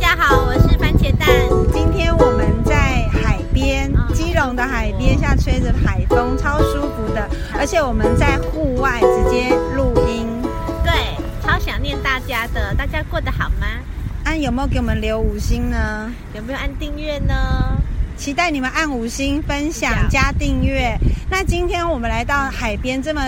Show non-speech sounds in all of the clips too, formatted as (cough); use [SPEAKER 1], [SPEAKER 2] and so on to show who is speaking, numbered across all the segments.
[SPEAKER 1] 家好，我是番茄蛋。
[SPEAKER 2] 今天我们在海边，基隆的海边下吹着海风，超舒服的。而且我们在户外直接录音。
[SPEAKER 1] 对，超想念大家的，大家过得好吗？
[SPEAKER 2] 按、有没有给我们留五星呢？
[SPEAKER 1] 有没有按订阅呢？
[SPEAKER 2] 期待你们按五星、分
[SPEAKER 1] 是的
[SPEAKER 2] 享加订阅。那今天我们来到海边这么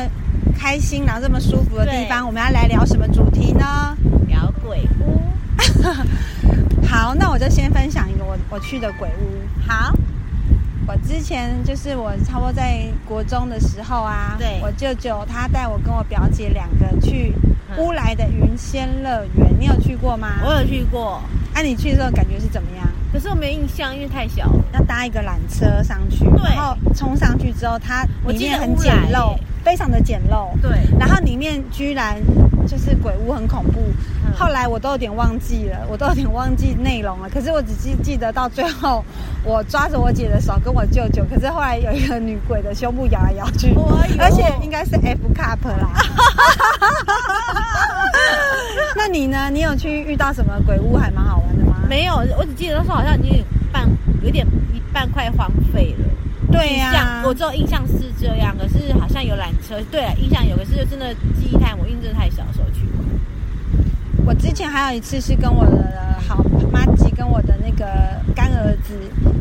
[SPEAKER 2] 开心，然后这么舒服的地
[SPEAKER 1] 对
[SPEAKER 2] 方，我们要来聊什么主题呢？
[SPEAKER 1] 聊鬼屋。
[SPEAKER 2] (laughs) 好，那我就先分享一个我我去的鬼屋。好，我之前就是我差不多在国中的时候啊，
[SPEAKER 1] 对
[SPEAKER 2] 我舅舅他带我跟我表姐两个去
[SPEAKER 1] 嗯
[SPEAKER 2] 乌来的云仙乐园，你有去过吗？
[SPEAKER 1] 我有去过，
[SPEAKER 2] 那、你去的时候感觉是怎么样？
[SPEAKER 1] 可是我没印象，因为太小了。
[SPEAKER 2] 要搭一个缆车上去，
[SPEAKER 1] 对
[SPEAKER 2] 然后冲上去之后，它
[SPEAKER 1] 我
[SPEAKER 2] 里
[SPEAKER 1] 记得
[SPEAKER 2] 面很简
[SPEAKER 1] 乌来
[SPEAKER 2] 陋
[SPEAKER 1] 耶，
[SPEAKER 2] 非常的简陋。
[SPEAKER 1] 对
[SPEAKER 2] 然后里面居然就是鬼屋，很恐怖。
[SPEAKER 1] 嗯
[SPEAKER 2] 后来我都有点忘记了，我都有点忘记内容了。可是我只记记得到最后，我抓着我姐的手跟我舅舅，可是后来有一个女鬼的胸部摇来摇去
[SPEAKER 1] 哎呦，
[SPEAKER 2] 而且应该是 F cup
[SPEAKER 1] (laughs)
[SPEAKER 2] 啦。那你呢？你有去遇到什么鬼屋还蛮好玩的吗？
[SPEAKER 1] 没有，我只记得那时候好像已经有半，有点一半快荒废了。
[SPEAKER 2] 对啊呀、
[SPEAKER 1] 印象我只有印象是这样，可是好像有缆车。对啊了，印象有，可是真的记忆太，我印象太小的时候去过。
[SPEAKER 2] 我之前还有一次是跟我的好妈吉跟我的那个干儿子，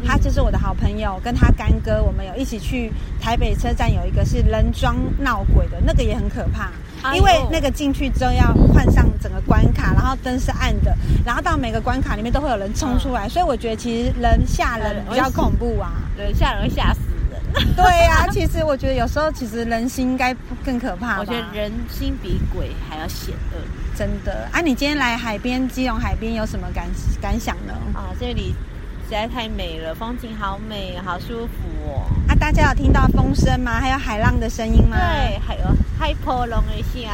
[SPEAKER 2] 他就是我的好朋友，跟他干哥，我们有一起去台北车站有一个是人装闹鬼的，那个也很可怕。
[SPEAKER 1] 哎呦
[SPEAKER 2] 因为那个进去之后要换上整个关卡，然后灯是暗的，然后到每个关卡里面都会有人冲出
[SPEAKER 1] 啊
[SPEAKER 2] 来，所以我觉得其实人吓人比较恐怖
[SPEAKER 1] (laughs)
[SPEAKER 2] 啊。
[SPEAKER 1] 对，吓人会吓死人。
[SPEAKER 2] 对呀、其实我觉得有时候其实人心应该更可怕吧。
[SPEAKER 1] 我觉得人心比鬼还要险恶。
[SPEAKER 2] 真的啊，你今天来海边基隆海边有什么感感想呢？
[SPEAKER 1] 啊，这里实在太美了，风景好美，好舒服哦。
[SPEAKER 2] 啊，大家有听到风声吗？还有海浪的声音吗？
[SPEAKER 1] 对，还有海波浪一下，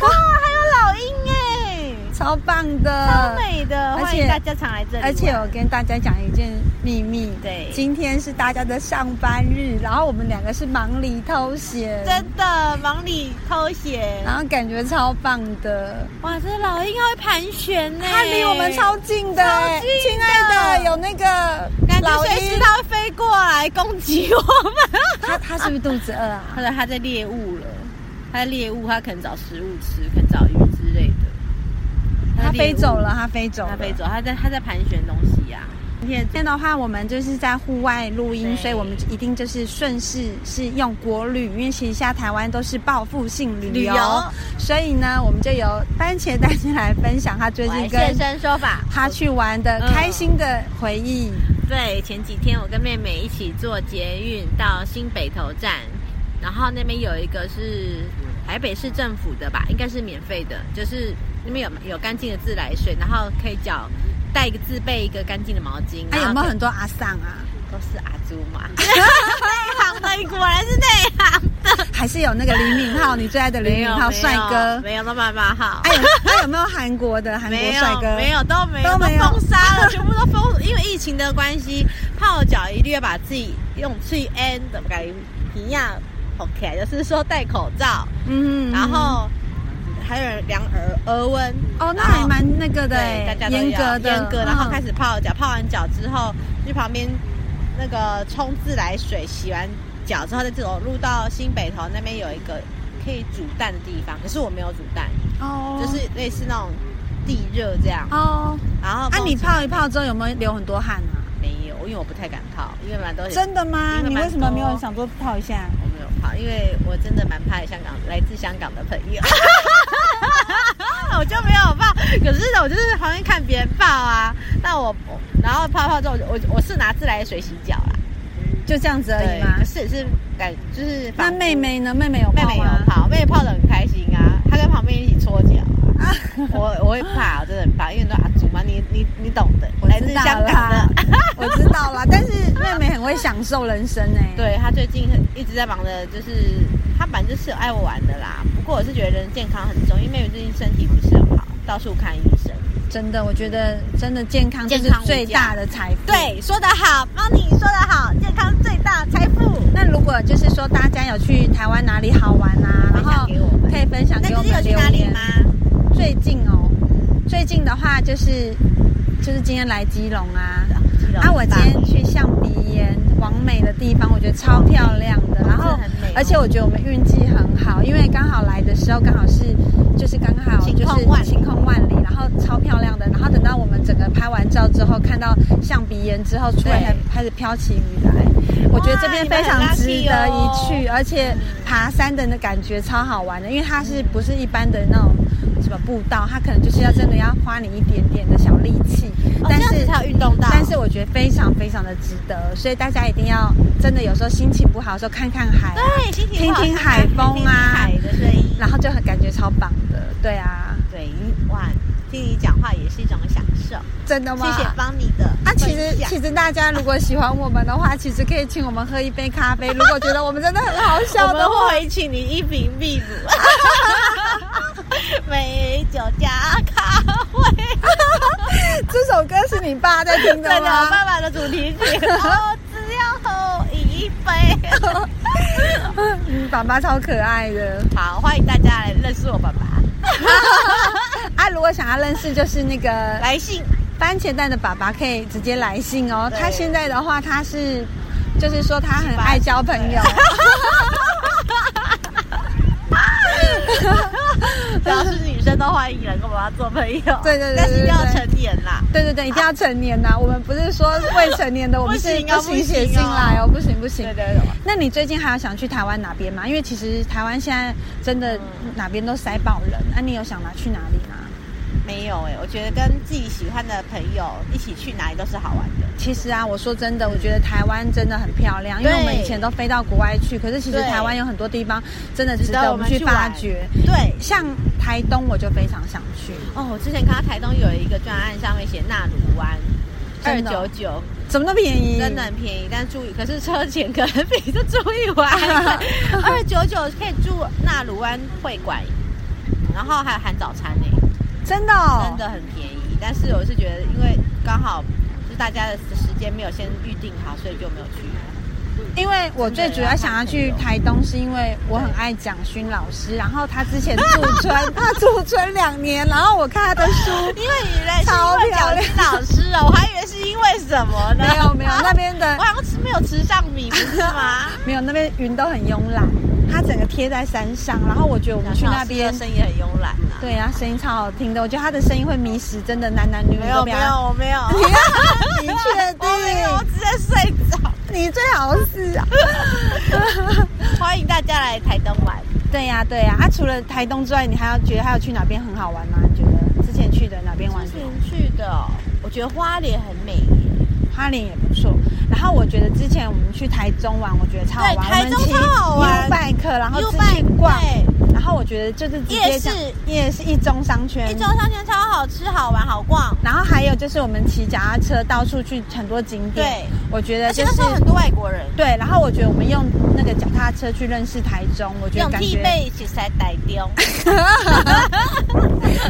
[SPEAKER 1] 哇，还有老鹰哎，
[SPEAKER 2] 超棒的，
[SPEAKER 1] 超美的，
[SPEAKER 2] 而且
[SPEAKER 1] 欢迎大家常来这里玩。
[SPEAKER 2] 而且我跟大家讲一件秘密，
[SPEAKER 1] 对
[SPEAKER 2] 今天是大家的上班日，然后我们两个是忙里偷闲，
[SPEAKER 1] 真的忙里偷闲，
[SPEAKER 2] 然后感觉超棒的，
[SPEAKER 1] 哇，这老鹰它会盘旋呢，
[SPEAKER 2] 它离我们超近的，
[SPEAKER 1] 超近的
[SPEAKER 2] 亲爱的，有那个
[SPEAKER 1] 感
[SPEAKER 2] 老
[SPEAKER 1] 觉随时
[SPEAKER 2] 鹰，
[SPEAKER 1] 它会飞过来攻击我们。 (laughs)
[SPEAKER 2] 它它是不是肚子饿啊？
[SPEAKER 1] 或者他在猎物了，他在猎物，他可能找食物吃，可能找鱼之类的。
[SPEAKER 2] 它
[SPEAKER 1] 在猎
[SPEAKER 2] 飞
[SPEAKER 1] 物
[SPEAKER 2] 走了，，它飞走了，
[SPEAKER 1] 他飞走，他在他在盘旋东西啊呀、
[SPEAKER 2] 今天的话，我们就是在户外录音，
[SPEAKER 1] 对
[SPEAKER 2] 所以我们一定就是顺势是用国旅，因为其实现在台湾都是报复性旅游，
[SPEAKER 1] 旅游
[SPEAKER 2] 所以呢，我们就由番茄蛋先来分享他最
[SPEAKER 1] 我来
[SPEAKER 2] 近
[SPEAKER 1] 现
[SPEAKER 2] 跟
[SPEAKER 1] 身说法。
[SPEAKER 2] 他去玩的
[SPEAKER 1] 嗯
[SPEAKER 2] 开心的回忆。
[SPEAKER 1] 对，前几天我跟妹妹一起坐捷运到新北投站，然后那边有一个是台北市政府的吧，应该是免费的，就是那边有有干净的自来水，然后可以缴带一个自备一个干净的毛巾。
[SPEAKER 2] 哎、
[SPEAKER 1] 然后
[SPEAKER 2] 有没
[SPEAKER 1] 可以
[SPEAKER 2] 有很多阿桑啊？
[SPEAKER 1] 都是阿朱嘛？ (laughs) 内行的果然是内行的。
[SPEAKER 2] 还是有那个李敏镐，你最爱的李
[SPEAKER 1] (laughs)
[SPEAKER 2] 敏镐帅哥？
[SPEAKER 1] 没有那么蛮好。
[SPEAKER 2] 哎，有哎有没有韩国
[SPEAKER 1] (laughs)
[SPEAKER 2] 的韩国
[SPEAKER 1] 没有
[SPEAKER 2] 帅哥？
[SPEAKER 1] 没有都没有
[SPEAKER 2] 都没有
[SPEAKER 1] 封杀了，全部都封，因为疫情的关系，泡脚一定要把自己用最 N 怎么改一样 OK，就是说戴口罩，
[SPEAKER 2] 嗯，嗯，嗯
[SPEAKER 1] 然后还有量耳额温，
[SPEAKER 2] 哦，那
[SPEAKER 1] 然后
[SPEAKER 2] 还蛮那个的
[SPEAKER 1] 对，大
[SPEAKER 2] 哎，
[SPEAKER 1] 家都
[SPEAKER 2] 严
[SPEAKER 1] 要
[SPEAKER 2] 格的，
[SPEAKER 1] 严格，然
[SPEAKER 2] 嗯
[SPEAKER 1] 后开始泡脚，泡完脚之后去旁边那个冲自来水，洗完脚之后再走路到新北头那边有一个可以煮蛋的地方，可是我没有煮蛋，
[SPEAKER 2] 哦，
[SPEAKER 1] 就是类似那种地热这样，
[SPEAKER 2] 哦。
[SPEAKER 1] 然后
[SPEAKER 2] 啊，
[SPEAKER 1] 风
[SPEAKER 2] 你泡一泡之后有没有流很多汗啊？
[SPEAKER 1] 没有，因为我不太敢泡，因为蛮多人
[SPEAKER 2] 真的吗？
[SPEAKER 1] 因
[SPEAKER 2] 你
[SPEAKER 1] 蛮
[SPEAKER 2] 为什么没有
[SPEAKER 1] 多
[SPEAKER 2] 想说泡一下？
[SPEAKER 1] 我没有泡，因为我真的蛮怕香港来自香港的朋友， (laughs) 我就没有泡。可是呢，我就是旁边看别人泡啊，那我我然后泡泡之后，我就我我是拿自来水洗脚啦，
[SPEAKER 2] 就这样子而已吗
[SPEAKER 1] 可？是是感就是
[SPEAKER 2] 那妹妹呢？妹妹有
[SPEAKER 1] 妹
[SPEAKER 2] 泡
[SPEAKER 1] 妹有
[SPEAKER 2] 吗？
[SPEAKER 1] 泡，妹妹泡的很开心啊，她跟旁边一起搓 (laughs) 脚啊。
[SPEAKER 2] 啊， (laughs)
[SPEAKER 1] 我我会怕，我真的很怕，因为你都阿祖嘛，你你你懂的，
[SPEAKER 2] 我
[SPEAKER 1] 来
[SPEAKER 2] 知
[SPEAKER 1] 自
[SPEAKER 2] 道
[SPEAKER 1] 香港
[SPEAKER 2] 啦
[SPEAKER 1] 的。，
[SPEAKER 2] (laughs) 我知道啦。但是妹妹很会享受人生哎、，
[SPEAKER 1] 对他最近很一直在忙的，就是他反正就是有爱我玩的啦。不过我是觉得人健康很重要，因为妹妹最近身体不是很好，到处看医生。
[SPEAKER 2] 真的，我觉得真的健康就
[SPEAKER 1] 健
[SPEAKER 2] 是
[SPEAKER 1] 康无价
[SPEAKER 2] 最大的财富。。
[SPEAKER 1] 对，说得好，帮你说得好，健康最大财富。
[SPEAKER 2] 那如果就是说大家有去台湾哪里好玩啊，然
[SPEAKER 1] 分享
[SPEAKER 2] 后
[SPEAKER 1] 给我们
[SPEAKER 2] 可以分享
[SPEAKER 1] 那
[SPEAKER 2] 给我
[SPEAKER 1] 最近有
[SPEAKER 2] 们留
[SPEAKER 1] 去哪里
[SPEAKER 2] 言
[SPEAKER 1] 吗。？
[SPEAKER 2] 最近哦，最近的话就是就是今天来基隆啊，
[SPEAKER 1] 基隆
[SPEAKER 2] 啊，我
[SPEAKER 1] 很
[SPEAKER 2] 今
[SPEAKER 1] 棒
[SPEAKER 2] 天去象鼻岩王美的地方，我觉得超漂亮的。然后
[SPEAKER 1] 真的很美哦，
[SPEAKER 2] 而且我觉得我们运气很好，因为刚好来的时候刚好是就是刚好
[SPEAKER 1] 晴
[SPEAKER 2] 就
[SPEAKER 1] 空
[SPEAKER 2] 是
[SPEAKER 1] 万里
[SPEAKER 2] 晴空万里，然后超漂亮的。然后等到我们整个拍完照之后，看到象鼻岩之后，突然
[SPEAKER 1] 对
[SPEAKER 2] 开始飘起雨来。我觉得这边非常值得一
[SPEAKER 1] 哦
[SPEAKER 2] 去，而且爬山的那感觉超好玩的，因为它是不是一般的那种什么步道，它可能就是要真的要花你一点点的小力气，
[SPEAKER 1] 哦
[SPEAKER 2] 但
[SPEAKER 1] 这样
[SPEAKER 2] 是
[SPEAKER 1] 子才有运动到
[SPEAKER 2] 但是我觉得非常非常的值得，所以大家一定要真的有时候心情不好的时候看看海、啊，
[SPEAKER 1] 对，心情不好
[SPEAKER 2] 听听海风啊
[SPEAKER 1] 听听海的声音，
[SPEAKER 2] 然后就很感觉超棒的，对啊，
[SPEAKER 1] 对，哇，听你讲话也是一种享受。
[SPEAKER 2] 真的吗？
[SPEAKER 1] 谢谢帮你的
[SPEAKER 2] 啊，
[SPEAKER 1] 分享。
[SPEAKER 2] 其实其实大家如果喜欢我们的话，其实可以请我们喝一杯咖啡。如果觉得我们真的很好笑
[SPEAKER 1] 我
[SPEAKER 2] 的
[SPEAKER 1] 们
[SPEAKER 2] 话，
[SPEAKER 1] 会请你一瓶秘 (laughs) 鲁，美酒加咖啡，
[SPEAKER 2] 这首歌是你爸在听
[SPEAKER 1] 真
[SPEAKER 2] 的
[SPEAKER 1] 的，
[SPEAKER 2] 吗？
[SPEAKER 1] 爸爸的主题曲，哦，只要喝一杯。
[SPEAKER 2] 嗯，爸爸超可爱的。
[SPEAKER 1] (laughs) 好，欢迎大家来认识我爸爸，
[SPEAKER 2] 啊，如果想要认识，就是那个
[SPEAKER 1] 来 (laughs) 信
[SPEAKER 2] 番茄蛋的爸爸，可以直接来信哦。
[SPEAKER 1] 对
[SPEAKER 2] 他现在的话，他是就是说他很爱交朋友，
[SPEAKER 1] 只要是女生都欢迎人跟我爸爸做朋友。
[SPEAKER 2] 对对对对
[SPEAKER 1] 但是
[SPEAKER 2] 对
[SPEAKER 1] 要
[SPEAKER 2] 对
[SPEAKER 1] 成年啦。
[SPEAKER 2] 对对对，一定要成年呐、我们不是说未成年
[SPEAKER 1] (laughs)
[SPEAKER 2] 的，我们是
[SPEAKER 1] 不行哦
[SPEAKER 2] 行写信来哦，不行不行
[SPEAKER 1] 对。对对，
[SPEAKER 2] 那你最近还有想去台湾哪边吗？因为其实台湾现在真的哪边都塞爆人，那、你有想拿去哪里吗？
[SPEAKER 1] 没有哎、我觉得跟自己喜欢的朋友一起去哪里都是好玩的。
[SPEAKER 2] 其实啊，我说真的，我觉得台湾真的很漂亮，因为
[SPEAKER 1] 对
[SPEAKER 2] 我们以前都飞到国外去，可是其实
[SPEAKER 1] 对
[SPEAKER 2] 台湾有很多地方真的值
[SPEAKER 1] 值得
[SPEAKER 2] 得
[SPEAKER 1] 我
[SPEAKER 2] 我
[SPEAKER 1] 们
[SPEAKER 2] 们去
[SPEAKER 1] 去
[SPEAKER 2] 发
[SPEAKER 1] 玩
[SPEAKER 2] 掘。
[SPEAKER 1] 对，
[SPEAKER 2] 像台东，我就非常想去，
[SPEAKER 1] 哦，我之前看到台东有一个专案，上面写纳鲁湾。二
[SPEAKER 2] 真的
[SPEAKER 1] 九
[SPEAKER 2] 哦嗯
[SPEAKER 1] 九
[SPEAKER 2] 怎么那么便宜？
[SPEAKER 1] 真的很便宜，但住可是车钱可能比这住一
[SPEAKER 2] (laughs)
[SPEAKER 1] 晚二九九可以住纳鲁湾会馆，然后还有含早餐呢、
[SPEAKER 2] 真的哦
[SPEAKER 1] 真的很便宜。但是我是觉得，因为刚好就是大家的时间没有先预定好，所以就没有去。
[SPEAKER 2] 因为我最主要想要去台东，是因为我很
[SPEAKER 1] 对
[SPEAKER 2] 爱蒋勋老师，然后他之前驻村，他驻村两年，然后我看他的书，
[SPEAKER 1] 因为你来是
[SPEAKER 2] 超
[SPEAKER 1] 因为
[SPEAKER 2] 漂
[SPEAKER 1] 讲
[SPEAKER 2] 亮
[SPEAKER 1] 师老师哦，我还以为是因为什么呢？
[SPEAKER 2] 没有没有那边的
[SPEAKER 1] (laughs) 我好像吃没有吃上米，不是 (laughs) 吗？
[SPEAKER 2] 没有那边云都很慵懒，它整个贴在山上，然后我觉得我们去那边
[SPEAKER 1] 生意很慵懒啊。
[SPEAKER 2] 对啊，声音超好听的，我觉得他的声音会迷死真的男男女女
[SPEAKER 1] 没
[SPEAKER 2] 都
[SPEAKER 1] 有
[SPEAKER 2] 不
[SPEAKER 1] 没
[SPEAKER 2] 要
[SPEAKER 1] 有，我 (laughs) 没有，
[SPEAKER 2] (laughs) 你确定
[SPEAKER 1] 我没有，我直接睡着。
[SPEAKER 2] 你最好是啊。
[SPEAKER 1] (laughs) 欢迎大家来台东玩，
[SPEAKER 2] 对呀、对呀、啊，除了台东之外，你还要觉得还有去哪边很好玩吗？你觉得之前去的哪边玩
[SPEAKER 1] 之？前去的哦，我觉得花莲很美耶。
[SPEAKER 2] 花莲也不错。然后我觉得之前我们去台中玩，我觉得超好玩。
[SPEAKER 1] 对台中
[SPEAKER 2] 我们骑
[SPEAKER 1] 超好玩
[SPEAKER 2] U bike，然后自己
[SPEAKER 1] U-bike，
[SPEAKER 2] 逛
[SPEAKER 1] 对，
[SPEAKER 2] 然后我觉得就是直接这样
[SPEAKER 1] 夜市
[SPEAKER 2] 夜市一中商圈，
[SPEAKER 1] 一哎周商圈超好吃、好玩、好逛，
[SPEAKER 2] 然后还有就是我们骑脚踏车到处去很多景点，
[SPEAKER 1] 对，
[SPEAKER 2] 我觉得
[SPEAKER 1] 而且
[SPEAKER 2] 就
[SPEAKER 1] 那
[SPEAKER 2] 是
[SPEAKER 1] 时候很多外国人，
[SPEAKER 2] 对。然后我觉得我们用那个脚踏车去认识台中，我觉得
[SPEAKER 1] 用
[SPEAKER 2] 感
[SPEAKER 1] 替
[SPEAKER 2] 觉
[SPEAKER 1] 妹一起在台 (laughs) 东，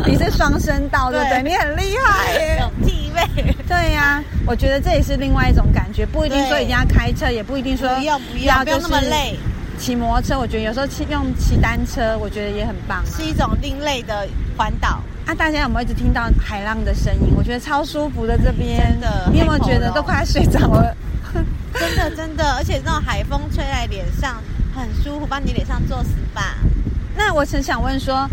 [SPEAKER 2] 你是双声道，对不对？
[SPEAKER 1] 对
[SPEAKER 2] 你很厉
[SPEAKER 1] 哎
[SPEAKER 2] 害耶。
[SPEAKER 1] 用替妹，
[SPEAKER 2] 对呀、我觉得这也是另外一种感觉，不一定说
[SPEAKER 1] 对
[SPEAKER 2] 一定要开车，也不一定
[SPEAKER 1] 不
[SPEAKER 2] 说
[SPEAKER 1] 用不用，不用那么。累，
[SPEAKER 2] 骑摩托车，我觉得有时候骑用骑单车，我觉得也很棒啊。
[SPEAKER 1] 是一种另类的环岛。
[SPEAKER 2] 啊，大家有没有一直听到海浪的声音？我觉得超舒服的这边。
[SPEAKER 1] 真的
[SPEAKER 2] 你有没有
[SPEAKER 1] 海口
[SPEAKER 2] 觉得
[SPEAKER 1] 咯
[SPEAKER 2] 都快要睡着了？
[SPEAKER 1] 真的真的，而且那种海风吹来脸上很舒服，帮你脸上做 SPA。
[SPEAKER 2] 那我只想问说，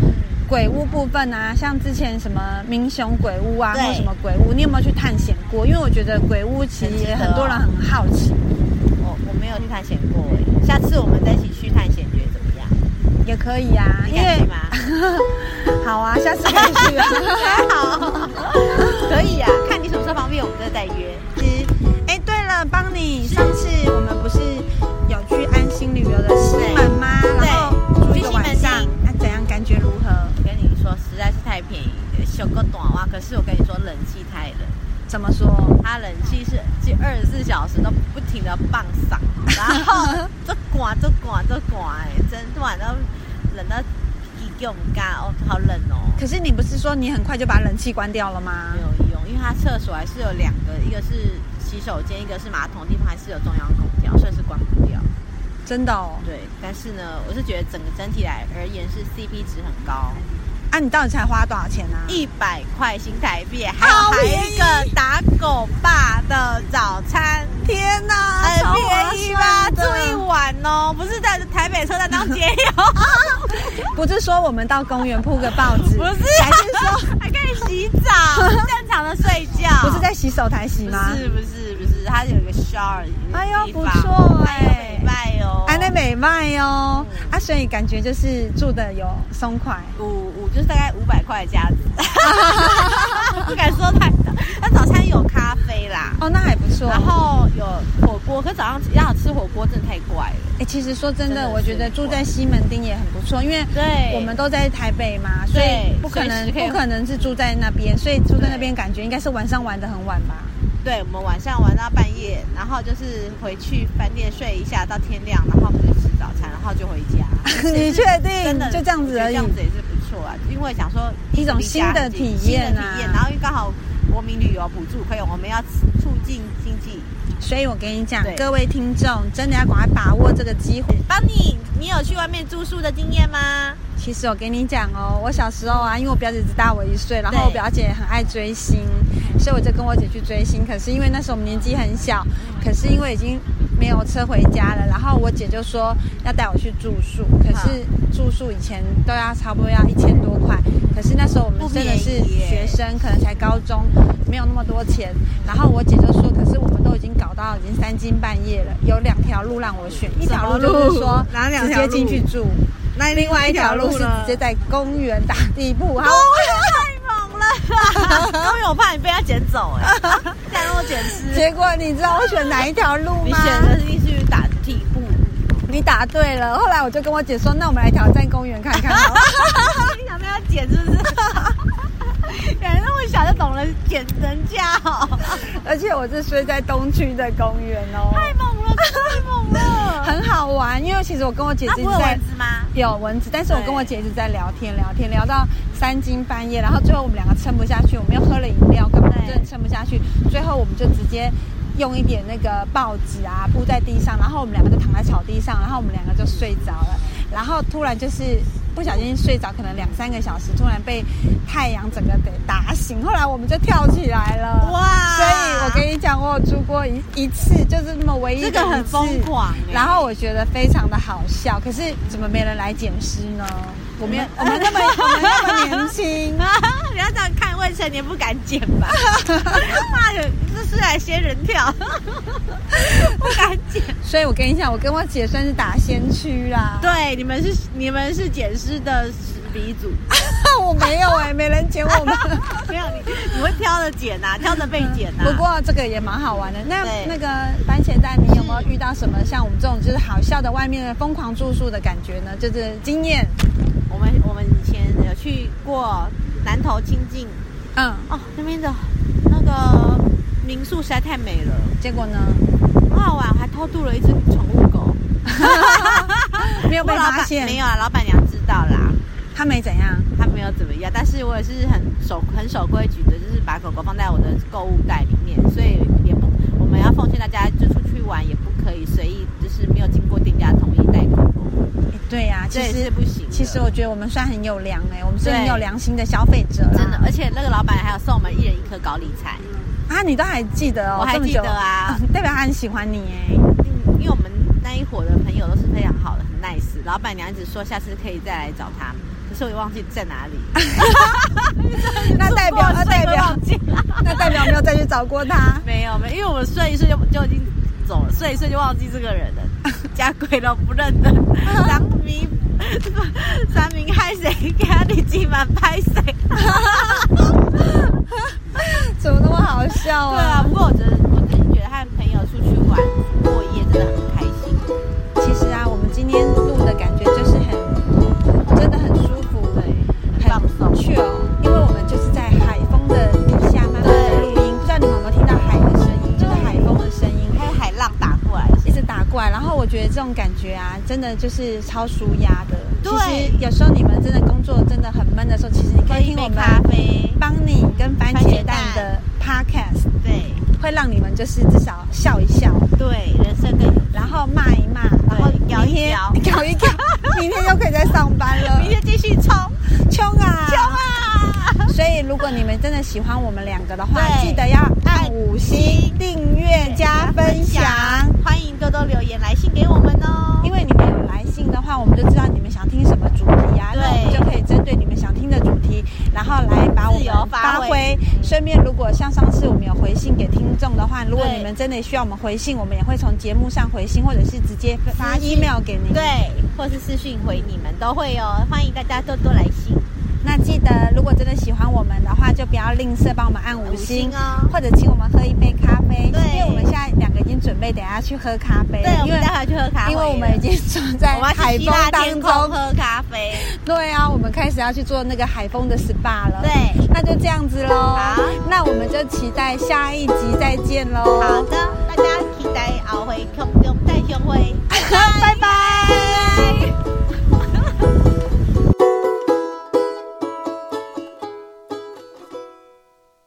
[SPEAKER 2] 鬼屋部分啊，像之前什么民雄鬼屋啊，
[SPEAKER 1] 对
[SPEAKER 2] 或什么鬼屋，你有没有去探险过？因为我觉得鬼屋其实
[SPEAKER 1] 很值
[SPEAKER 2] 也
[SPEAKER 1] 得
[SPEAKER 2] 很多人很好奇，
[SPEAKER 1] 我我没有去探险过哎，下次我们再一起去探险，觉得怎么样？
[SPEAKER 2] 也可以啊，
[SPEAKER 1] 你
[SPEAKER 2] 因
[SPEAKER 1] 敢去
[SPEAKER 2] 为 (laughs)
[SPEAKER 1] 吗？
[SPEAKER 2] 好啊，下次可以去啊。
[SPEAKER 1] 还 (laughs) 好，可以啊，看你什么时候方便，我们再再约。
[SPEAKER 2] 哎，对了，帮你上次我们不是有去安心旅游的西门吗？
[SPEAKER 1] 对
[SPEAKER 2] 然后住一个晚上
[SPEAKER 1] 去西门，
[SPEAKER 2] 那怎样？感觉如何？
[SPEAKER 1] 我跟你说，实在是太便宜了，修个短袜。可是我跟你说，冷气太冷，
[SPEAKER 2] 怎么说？
[SPEAKER 1] 它冷气是就二十四小时都不停的棒嗓，然后这刮这刮这刮，哎，真晚到冷到皮给我们干哦，好冷哦。
[SPEAKER 2] 可是你不是说你很快就把冷气关掉了吗
[SPEAKER 1] 没？有用，因为它厕所还是有两个，一个是洗手间，一个是马桶的地方，还是有中央空调，所以是关不掉。
[SPEAKER 2] 真的哦。
[SPEAKER 1] 对，但是呢，我是觉得整个整体来而言是 CP 值很高，
[SPEAKER 2] 啊，你到底才花多少钱啊？
[SPEAKER 1] 一百块新台币，还有还有一
[SPEAKER 2] 好便
[SPEAKER 1] 个打狗爸的早餐，啊
[SPEAKER 2] 天哪，
[SPEAKER 1] 很
[SPEAKER 2] 超划
[SPEAKER 1] 便宜吧？
[SPEAKER 2] 算
[SPEAKER 1] 住
[SPEAKER 2] 的
[SPEAKER 1] 一晚哦，不是在台北车站当街友，
[SPEAKER 2] 不是说我们到公园铺个报纸，
[SPEAKER 1] (laughs) 不是，啊
[SPEAKER 2] 还 (laughs) 是说
[SPEAKER 1] 还可以洗
[SPEAKER 2] (laughs)
[SPEAKER 1] 澡，正常的睡觉，
[SPEAKER 2] 不是在洗手台洗
[SPEAKER 1] 不
[SPEAKER 2] 吗？
[SPEAKER 1] 是不是不是，它有一个 shower，
[SPEAKER 2] 哎呦不错哎
[SPEAKER 1] 哎，礼拜哦，
[SPEAKER 2] 安内美卖哦，
[SPEAKER 1] 嗯
[SPEAKER 2] 啊，所以感觉就是住的有松快，
[SPEAKER 1] 哦五五就是大概五百块的价
[SPEAKER 2] (laughs)
[SPEAKER 1] 值，不敢说太多。那早餐有咖啡啦，
[SPEAKER 2] 哦，那还不错。
[SPEAKER 1] 然，后有火锅，可早上要吃火锅真的太怪了。
[SPEAKER 2] 哎、其实说真的，
[SPEAKER 1] 真的是
[SPEAKER 2] 我觉得住在西门町也很不错，因为
[SPEAKER 1] 对
[SPEAKER 2] 我们都在台北嘛，所以
[SPEAKER 1] 对
[SPEAKER 2] 不可能
[SPEAKER 1] 随时可以
[SPEAKER 2] 不可能是住在那边，所以住在那
[SPEAKER 1] 对
[SPEAKER 2] 边感觉应该是晚上玩的很晚吧。。
[SPEAKER 1] 对，我们晚上玩到半夜，然后就是回去饭店睡一下到天亮，然后我们就吃早餐，然后就回家
[SPEAKER 2] (laughs) 你确定
[SPEAKER 1] 真的
[SPEAKER 2] 就这样子而已
[SPEAKER 1] 我觉得这样子也是不错啊，因为想说
[SPEAKER 2] 一种新的体验啊
[SPEAKER 1] 新的体验，然后又刚好国民旅游补助可以，我们要促进经济。
[SPEAKER 2] 所以我跟你讲
[SPEAKER 1] 对，
[SPEAKER 2] 各位听众真的要赶快把握这个机会。
[SPEAKER 1] 邦尼，你有去外面住宿的经验吗？
[SPEAKER 2] 其实我跟你讲哦，我小时候啊，因为我表姐只大我一岁，然后我表姐很爱追星，所以我就跟我姐去追星。可是因为那时候我们年纪很小，可是因为已经没有车回家了，然后我姐就说要带我去住宿，可是住宿以前都要差不多要一千多块，可是那时候我们真的是
[SPEAKER 1] 不便宜
[SPEAKER 2] 学
[SPEAKER 1] 耶
[SPEAKER 2] 生，可能才高中，没有那么多钱。然后我姐就说，可是我们都已经搞到已经三更半夜了，有两条路让我选，一条路就是说
[SPEAKER 3] 哪两
[SPEAKER 2] 直
[SPEAKER 3] 条
[SPEAKER 2] 接
[SPEAKER 3] 路
[SPEAKER 2] 进去住。
[SPEAKER 3] 那
[SPEAKER 2] 另外一条路是直接在公园打地铺，好，
[SPEAKER 1] 哦太猛了
[SPEAKER 2] (laughs)
[SPEAKER 1] 啦，因为我怕你被他捡走哎、欸，这样让我捡尸。
[SPEAKER 2] 结果你知道我选哪一条路
[SPEAKER 1] 你
[SPEAKER 2] 吗？
[SPEAKER 1] 选的是去打地铺，
[SPEAKER 2] 你答对了。后来我就跟我姐说，那我们来挑战公园看看好了。
[SPEAKER 1] (laughs) 你想被他捡是不 (laughs) 是？感觉那么小就懂了捡人家哦，
[SPEAKER 2] 而且我是睡在东区的公园哦，
[SPEAKER 1] 太猛了，太猛了。
[SPEAKER 2] 很好玩。因为其实我跟我姐
[SPEAKER 1] 他
[SPEAKER 2] 姐
[SPEAKER 1] 不会有
[SPEAKER 2] 在
[SPEAKER 1] 蚊子吗？
[SPEAKER 2] 有蚊子，但是我跟我姐一直在聊天聊天，聊到三更半夜，然后最后我们两个撑不下去，我们又喝了饮料，根本
[SPEAKER 1] 对
[SPEAKER 2] 真的撑不下去，最后我们就直接用一点那个报纸啊铺在地上，然后我们两个就躺在草地上，然后我们两个就睡着了，然后突然就是。不小心睡着，可能两三个小时，突然被太阳整个给打醒。后来我们就跳起来了，
[SPEAKER 1] 哇
[SPEAKER 2] 所以我跟你讲，我有住过一一次，就是那么唯一的
[SPEAKER 1] 这个
[SPEAKER 2] 一
[SPEAKER 1] 很
[SPEAKER 2] 次
[SPEAKER 1] 疯狂欸
[SPEAKER 2] 然后我觉得非常的好笑，可是怎么没人来捡尸呢？我们我们那么我们那么年
[SPEAKER 1] (laughs)
[SPEAKER 2] 轻，
[SPEAKER 1] 你要这样看未成年不敢捡吧？ (laughs) 妈的，这是来仙人跳，不敢捡。
[SPEAKER 2] 所以我跟你讲，我跟我姐算是打先驱啦。
[SPEAKER 1] (laughs) 对，你们是你们是捡尸的鼻祖。
[SPEAKER 2] (laughs)
[SPEAKER 1] (laughs)
[SPEAKER 2] 我没有哎、没人捡我们。
[SPEAKER 1] 没有你，你会挑着捡呐、挑啊着被捡呐、
[SPEAKER 2] 不过这个也蛮好玩的。那
[SPEAKER 1] 对
[SPEAKER 2] 那个番茄蛋，你有没有遇到什么像我们这种就是好笑的外面的疯狂住宿的感觉呢？就是经验，
[SPEAKER 1] 我们我们以前有去过南投清境
[SPEAKER 2] 嗯，
[SPEAKER 1] 哦，那边的那个民宿实在太美了，
[SPEAKER 2] 结果呢
[SPEAKER 1] 很好玩，我还偷渡了一只宠物狗，
[SPEAKER 2] 没有被
[SPEAKER 1] 不过老
[SPEAKER 2] 发
[SPEAKER 1] 板
[SPEAKER 2] 现，
[SPEAKER 1] (laughs) 没有啊，老板娘知道啦，
[SPEAKER 2] 他没怎样。
[SPEAKER 1] 她没有怎么样，但是我也是很守很守规矩的，就是把狗狗放在我的购物袋里面，所以也不我们要奉劝大家，就出去玩也不可以随意，就是没有经过店家同意带狗狗，
[SPEAKER 2] 哎对呀、其
[SPEAKER 1] 这也
[SPEAKER 2] 实
[SPEAKER 1] 是不行的。
[SPEAKER 2] 其实我觉得我们算很有良哎、我们是
[SPEAKER 1] 对
[SPEAKER 2] 很有良心的消费者啦，
[SPEAKER 1] 真的，而且那个老板还有送我们一人一颗高丽菜，
[SPEAKER 2] 啊！你都还记得哦，
[SPEAKER 1] 我还
[SPEAKER 2] 这么
[SPEAKER 1] 记
[SPEAKER 2] 久
[SPEAKER 1] 得啊
[SPEAKER 2] (laughs) 代表他很喜欢你哎、
[SPEAKER 1] 嗯，因为我们那一伙的朋友都是非常好的，很 nice。老板娘一直说下次可以再来找他们，可是我也忘记在哪里。
[SPEAKER 2] (laughs) 那代表那代表
[SPEAKER 1] 忘记 (laughs) 了，
[SPEAKER 2] 那代表没有再去找过他。
[SPEAKER 1] 没有没有，因为我们睡一睡就就已经走了，睡一睡就忘记这个
[SPEAKER 2] (laughs)
[SPEAKER 1] 人了，家鬼都不认得， (laughs) 三明三明害谁？给他你今晚拍谁？
[SPEAKER 2] 怎么那么好笑
[SPEAKER 1] 对啊，
[SPEAKER 2] 啊？
[SPEAKER 1] 不过我觉得我真的觉得和朋友出去玩过夜真的很开心。
[SPEAKER 2] 其实啊，我们今天录的感觉就是很，真的很舒服，
[SPEAKER 1] 对很放松
[SPEAKER 2] 去哦，因为我们就是在海风的底下慢慢的录音，不知道你们有没有听到海的声音，就是海风的声音。
[SPEAKER 1] 还有海浪打过来，
[SPEAKER 2] 一直打过来，然后我觉得这种感觉啊，真的就是超舒压的。
[SPEAKER 1] 对
[SPEAKER 2] 其实有时候你们真的工作真的很闷的时候，其实你可以听我们
[SPEAKER 1] 咖啡，
[SPEAKER 2] 帮你跟番
[SPEAKER 1] 番
[SPEAKER 2] 茄
[SPEAKER 1] 茄
[SPEAKER 2] 蛋
[SPEAKER 1] 蛋
[SPEAKER 2] 的 podcast，
[SPEAKER 1] 对
[SPEAKER 2] 会让你们就是至少笑一笑，
[SPEAKER 1] 对，人生更有
[SPEAKER 2] 然后骂一骂，然后
[SPEAKER 1] 对
[SPEAKER 2] 明天
[SPEAKER 1] 摇
[SPEAKER 2] (laughs)
[SPEAKER 1] (laughs)
[SPEAKER 2] 搞一搞，明天就可以再上班了
[SPEAKER 1] 明。天继续冲，
[SPEAKER 2] 冲啊！
[SPEAKER 1] 冲
[SPEAKER 2] 如果你们真的喜欢我们两个的话，
[SPEAKER 1] 对
[SPEAKER 2] 记得要按五星、订阅加分享。
[SPEAKER 1] 欢迎多多留言来信给我们哦。
[SPEAKER 2] 因为你们有来信的话，我们就知道你们想听什么主题啊，
[SPEAKER 1] 对
[SPEAKER 2] 那我们就可以针对你们想听的主题，然后来把我们
[SPEAKER 1] 自由
[SPEAKER 2] 发
[SPEAKER 1] 发挥
[SPEAKER 2] 挥。顺便，如果像上次我们有回信给听众的话，如果
[SPEAKER 1] 对
[SPEAKER 2] 你们真的需要我们回信，我们也会从节目上回信，或者是直接发
[SPEAKER 1] 私信
[SPEAKER 2] email 给您。
[SPEAKER 1] 对，或是私讯回你们都会哦，欢迎大家多多来信。
[SPEAKER 2] 那记得，如果真的喜欢我们的话，就不要吝啬帮我们按五星
[SPEAKER 1] 五星哦
[SPEAKER 2] 或者请我们喝一杯咖啡。
[SPEAKER 1] 对
[SPEAKER 2] 因为我们现在两个已经准备等一下去喝咖啡了，
[SPEAKER 1] 对，我
[SPEAKER 2] 因为
[SPEAKER 1] 们待会儿去喝咖啡了，
[SPEAKER 2] 因为我们已经走在
[SPEAKER 1] 我们要
[SPEAKER 2] 海
[SPEAKER 1] 去希
[SPEAKER 2] 风
[SPEAKER 1] 腊
[SPEAKER 2] 当
[SPEAKER 1] 天空
[SPEAKER 2] 中，
[SPEAKER 1] 喝咖啡。
[SPEAKER 2] 对啊，我们开始要去做那个海风的 SPA (laughs) 了。
[SPEAKER 1] 对，
[SPEAKER 2] 那就这样子喽。
[SPEAKER 1] 好
[SPEAKER 2] 那我们就期待下一集再见喽。
[SPEAKER 1] 好的，大家期待后会空中再相会。
[SPEAKER 2] 拜拜。